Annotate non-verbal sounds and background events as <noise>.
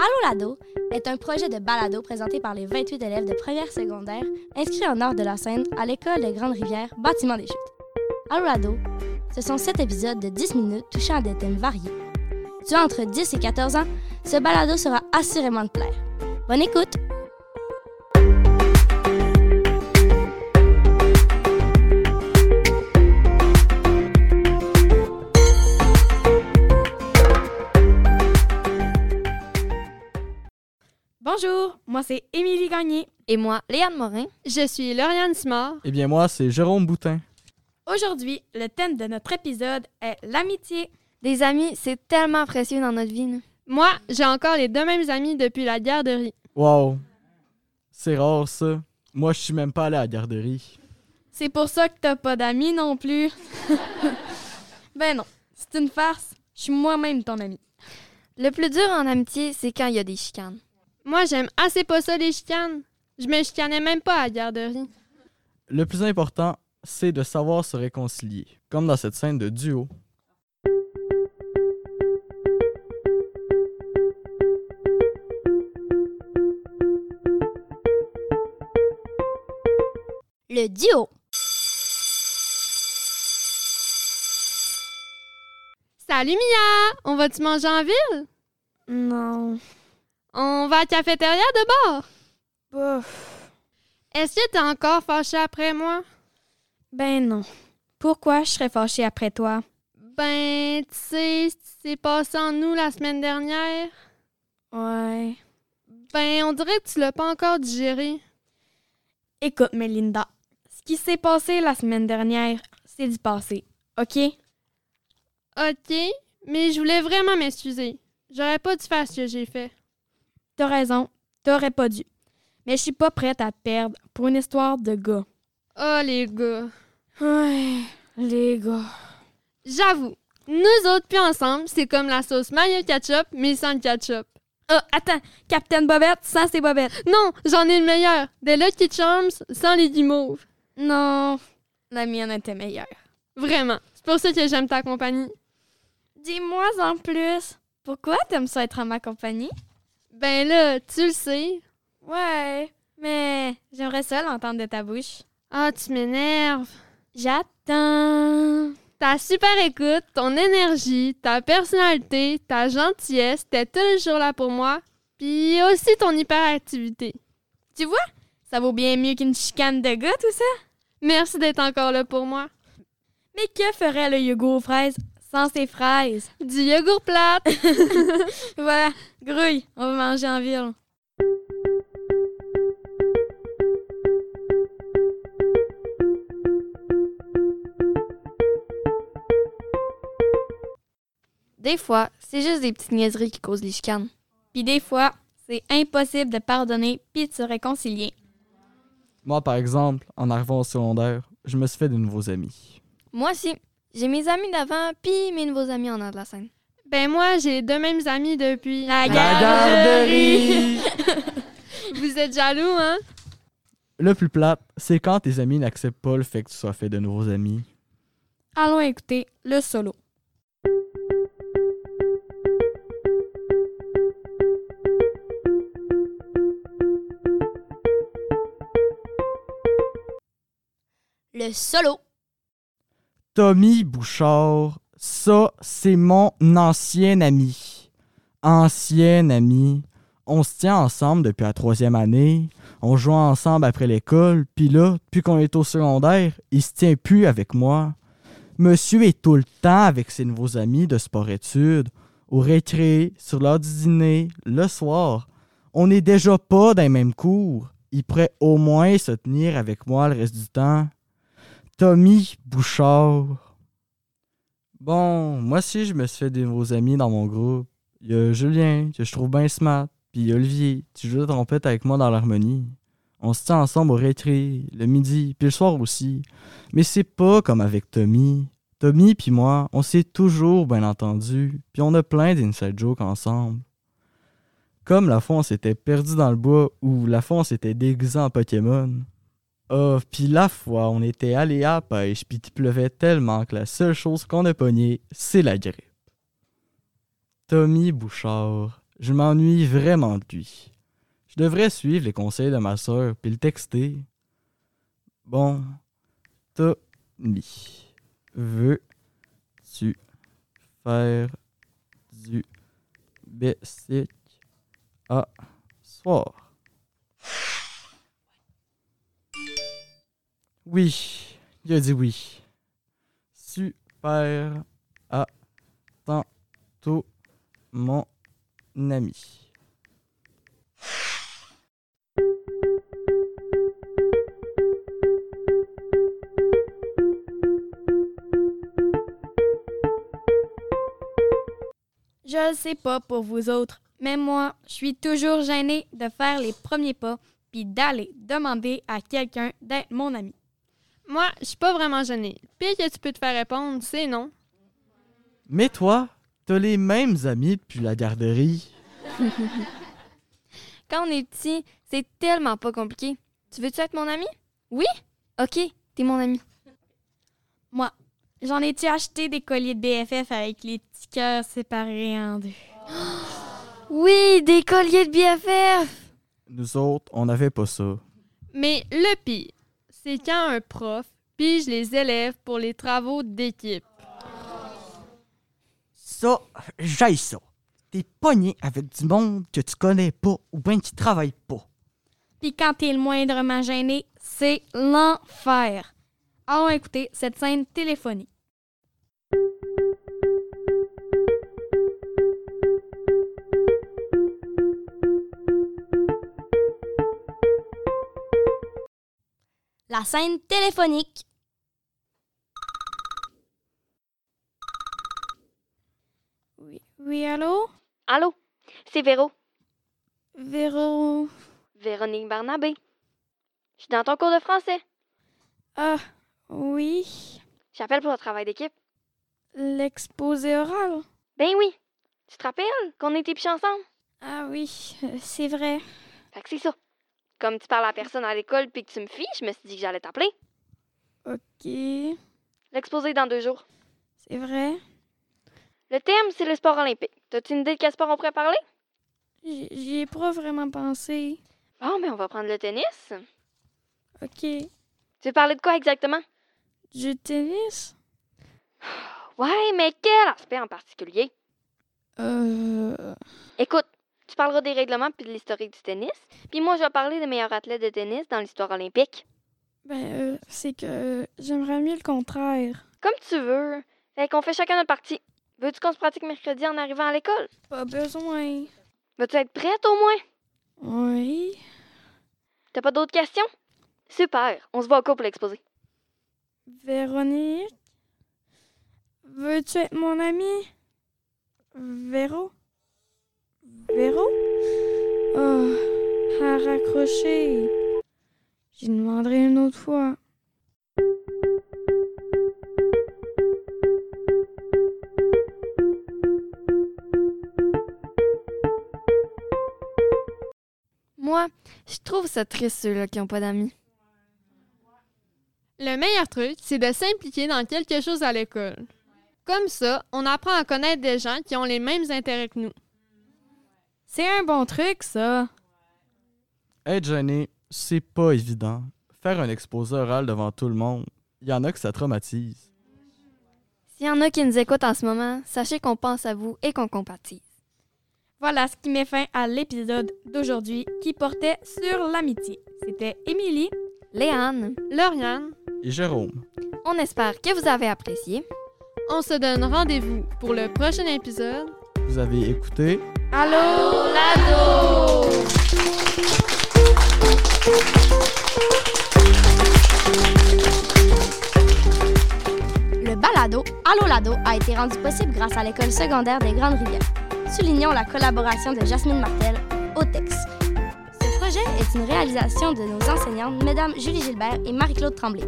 Allô l'ado est un projet de balado présenté par les 28 élèves de première secondaire inscrits en nord de la Seine à l'école de Grande-Rivière, bâtiment des chutes. Allô l'ado, ce sont 7 épisodes de 10 minutes touchant à des thèmes variés. Tu as entre 10 et 14 ans, ce balado sera assurément de plaire. Bonne écoute! Bonjour, moi c'est Émilie Gagné. Et moi, Léane Morin. Je suis Lauriane Simard. Eh bien, moi, c'est Jérôme Boutin. Aujourd'hui, le thème de notre épisode est l'amitié. Des amis, c'est tellement précieux dans notre vie. nous. Moi, j'ai encore les deux mêmes amis depuis la garderie. Wow! C'est rare, ça. Moi, je suis même pas allé à la garderie. C'est pour ça que t'as pas d'amis non plus. <laughs> Ben non, c'est une farce. Je suis moi-même ton ami. Le plus dur en amitié, c'est quand il y a des chicanes. Moi, j'aime assez pas ça les chicanes. Je me chicanais même pas à la garderie. Le plus important, c'est de savoir se réconcilier, comme dans cette scène de duo. Le duo! Salut Mia! On va-tu manger en ville? Non, On va à la cafétéria de bord. bof. Est-ce que t'es encore fâché après moi? Ben non. Pourquoi je serais fâchée après toi? Ben, tu sais, ce qui s'est passé en nous la semaine dernière. Ouais. Ben, on dirait que tu l'as pas encore digéré. Écoute, Melinda, ce qui s'est passé la semaine dernière, c'est du passé, OK? OK, mais je voulais vraiment m'excuser. J'aurais pas dû faire ce que j'ai fait. T'as raison, t'aurais pas dû. Mais je suis pas prête à te perdre pour une histoire de gars. Oh les gars, Ouais, les gars. j'avoue, nous autres puis ensemble, c'est comme la sauce mayo ketchup mais sans le ketchup. Oh, attends, Captain Bobette, sans ses bobettes. Non, j'en ai le meilleur, des Lucky Charms sans les guimauves. Non, la mienne était meilleure. Vraiment, c'est pour ça que j'aime ta compagnie. Dis-moi en plus, pourquoi t'aimes ça être en ma compagnie? Ben là, tu le sais. Ouais, mais j'aimerais ça l'entendre de ta bouche. Ah, tu m'énerves. J'attends. Ta super écoute, ton énergie, ta personnalité, ta gentillesse, t'es tout le jour là pour moi. Puis aussi ton hyperactivité. Tu vois, ça vaut bien mieux qu'une chicane de gars, tout ça. Merci d'être encore là pour moi. Mais que ferait le yogourt aux fraises sans ses fraises? Du yogourt plate. <laughs> Voilà, grouille, on va manger en ville. Des fois, c'est juste des petites niaiseries qui causent les chicanes. Puis des fois, c'est impossible de pardonner puis de se réconcilier. Moi, par exemple, en arrivant au secondaire, je me suis fait de nouveaux amis. Moi aussi, j'ai mes amis d'avant puis mes nouveaux amis en dehors de la scène. Ben moi, j'ai les deux mêmes amis depuis. La La garderie! Vous êtes jaloux, hein? Le plus plate, c'est quand tes amis n'acceptent pas le fait que tu sois fait de nouveaux amis. Allons écouter le solo. Le solo! Tommy Bouchard, ça, c'est mon ancien ami. Ancien ami. On se tient ensemble depuis la troisième année. On joue ensemble après l'école. Puis là, depuis qu'on est au secondaire, il se tient plus avec moi. Monsieur est tout le temps avec ses nouveaux amis de sport-études, au récré, sur l'heure du dîner, le soir. On n'est déjà pas dans les mêmes cours. Il pourrait au moins se tenir avec moi le reste du temps. Tommy Bouchard. Bon, moi aussi, je me suis fait des nouveaux amis dans mon groupe. Il y a Julien, que je trouve bien smart, puis il y a Olivier, qui joue de la trompette avec moi dans l'harmonie. On se tient ensemble au rétré, le midi, puis le soir aussi. Mais c'est pas comme avec Tommy. Tommy puis moi, on s'est toujours bien entendu, puis on a plein d'inside jokes ensemble. Comme la fois on s'était perdu dans le bois ou la fois on s'était déguisé en Pokémon. Ah, puis la fois, on était allé à la pêche, puis il pleuvait tellement que la seule chose qu'on a pognée, c'est la grippe. Tommy Bouchard, Je m'ennuie vraiment de lui. Je devrais suivre les conseils de ma sœur puis le texter. Bon, Tommy, veux-tu faire du bicycle à soir? Oui, il a dit oui. Super à tantôt, mon ami. Je le sais pas pour vous autres, mais moi, je suis toujours gênée de faire les premiers pas puis d'aller demander à quelqu'un d'être mon ami. Moi, je suis pas vraiment gênée. Le pire que tu peux te faire répondre, c'est non. Mais toi, t'as les mêmes amis depuis la garderie. Quand on est petit, c'est tellement pas compliqué. Tu veux-tu être mon ami? Oui? Ok, t'es mon ami. Moi, j'en ai-tu acheté des colliers de BFF avec les petits cœurs séparés en deux? <gasps> Oui, des colliers de BFF! Nous autres, on n'avait pas ça. Mais le pire, c'est quand un prof pige les élèves pour les travaux d'équipe. Ça, j'aille ça. T'es pogné avec du monde que tu connais pas ou bien qui travaille pas. Puis quand t'es le moindrement gêné, c'est l'enfer. Allons écouter cette scène téléphonique. La scène téléphonique. Oui, oui allô? Allô, c'est Véro, Véro? Véronique Barnabé. Je suis dans ton cours de français. Ah, oui. J'appelle pour le travail d'équipe. L'exposé oral? Ben oui, tu te rappelles qu'on était plus ensemble? Ah oui, euh, c'est vrai. Fait que c'est ça. Comme tu parles à personne à l'école puis que tu me fies, je me suis dit que j'allais t'appeler. OK, L'exposé est dans deux jours. c'est vrai. Le thème, c'est le sport olympique. T'as-tu une idée de quel sport on pourrait parler? J'y j'y ai pas vraiment pensé. Bon, ben on va prendre le tennis. OK, Tu veux parler de quoi exactement? du tennis? Ouais, mais quel aspect en particulier? Euh... Écoute, tu parleras des règlements puis de l'historique du tennis. Puis moi, je vais parler des meilleurs athlètes de tennis dans l'histoire olympique. Ben, euh, c'est que j'aimerais mieux le contraire. Comme tu veux. Fait qu'on fait chacun notre partie. Veux-tu qu'on se pratique mercredi en arrivant à l'école? Pas besoin. Veux-tu être prête au moins? Oui. T'as pas d'autres questions? Super, on se voit au cours pour l'exposer. Véronique, veux-tu être mon amie? Véro? Véro? Oh, à raccrocher. J'y demanderai une autre fois. Moi, je trouve ça triste ceux-là qui n'ont pas d'amis. Le meilleur truc, c'est de s'impliquer dans quelque chose à l'école. Comme ça, on apprend à connaître des gens qui ont les mêmes intérêts que nous. C'est un bon truc, ça. Être gêné, c'est pas évident. Faire un exposé oral devant tout le monde, il y en a que ça traumatise. S'il y en a qui nous écoutent en ce moment, sachez qu'on pense à vous et qu'on compatit. Voilà ce qui met fin à l'épisode d'aujourd'hui qui portait sur l'amitié. C'était Émilie. Léane, Lauriane, Et Jérôme, on espère que vous avez apprécié. on se donne rendez-vous pour le prochain épisode vous avez écouté Allô? Le balado Allo Lado a été rendu possible grâce à l'école secondaire des Grandes Rivières. Soulignons la collaboration de Jasmine Martel au texte. Ce projet est une réalisation de nos enseignantes, Mesdames Julie Gilbert et Marie-Claude Tremblay.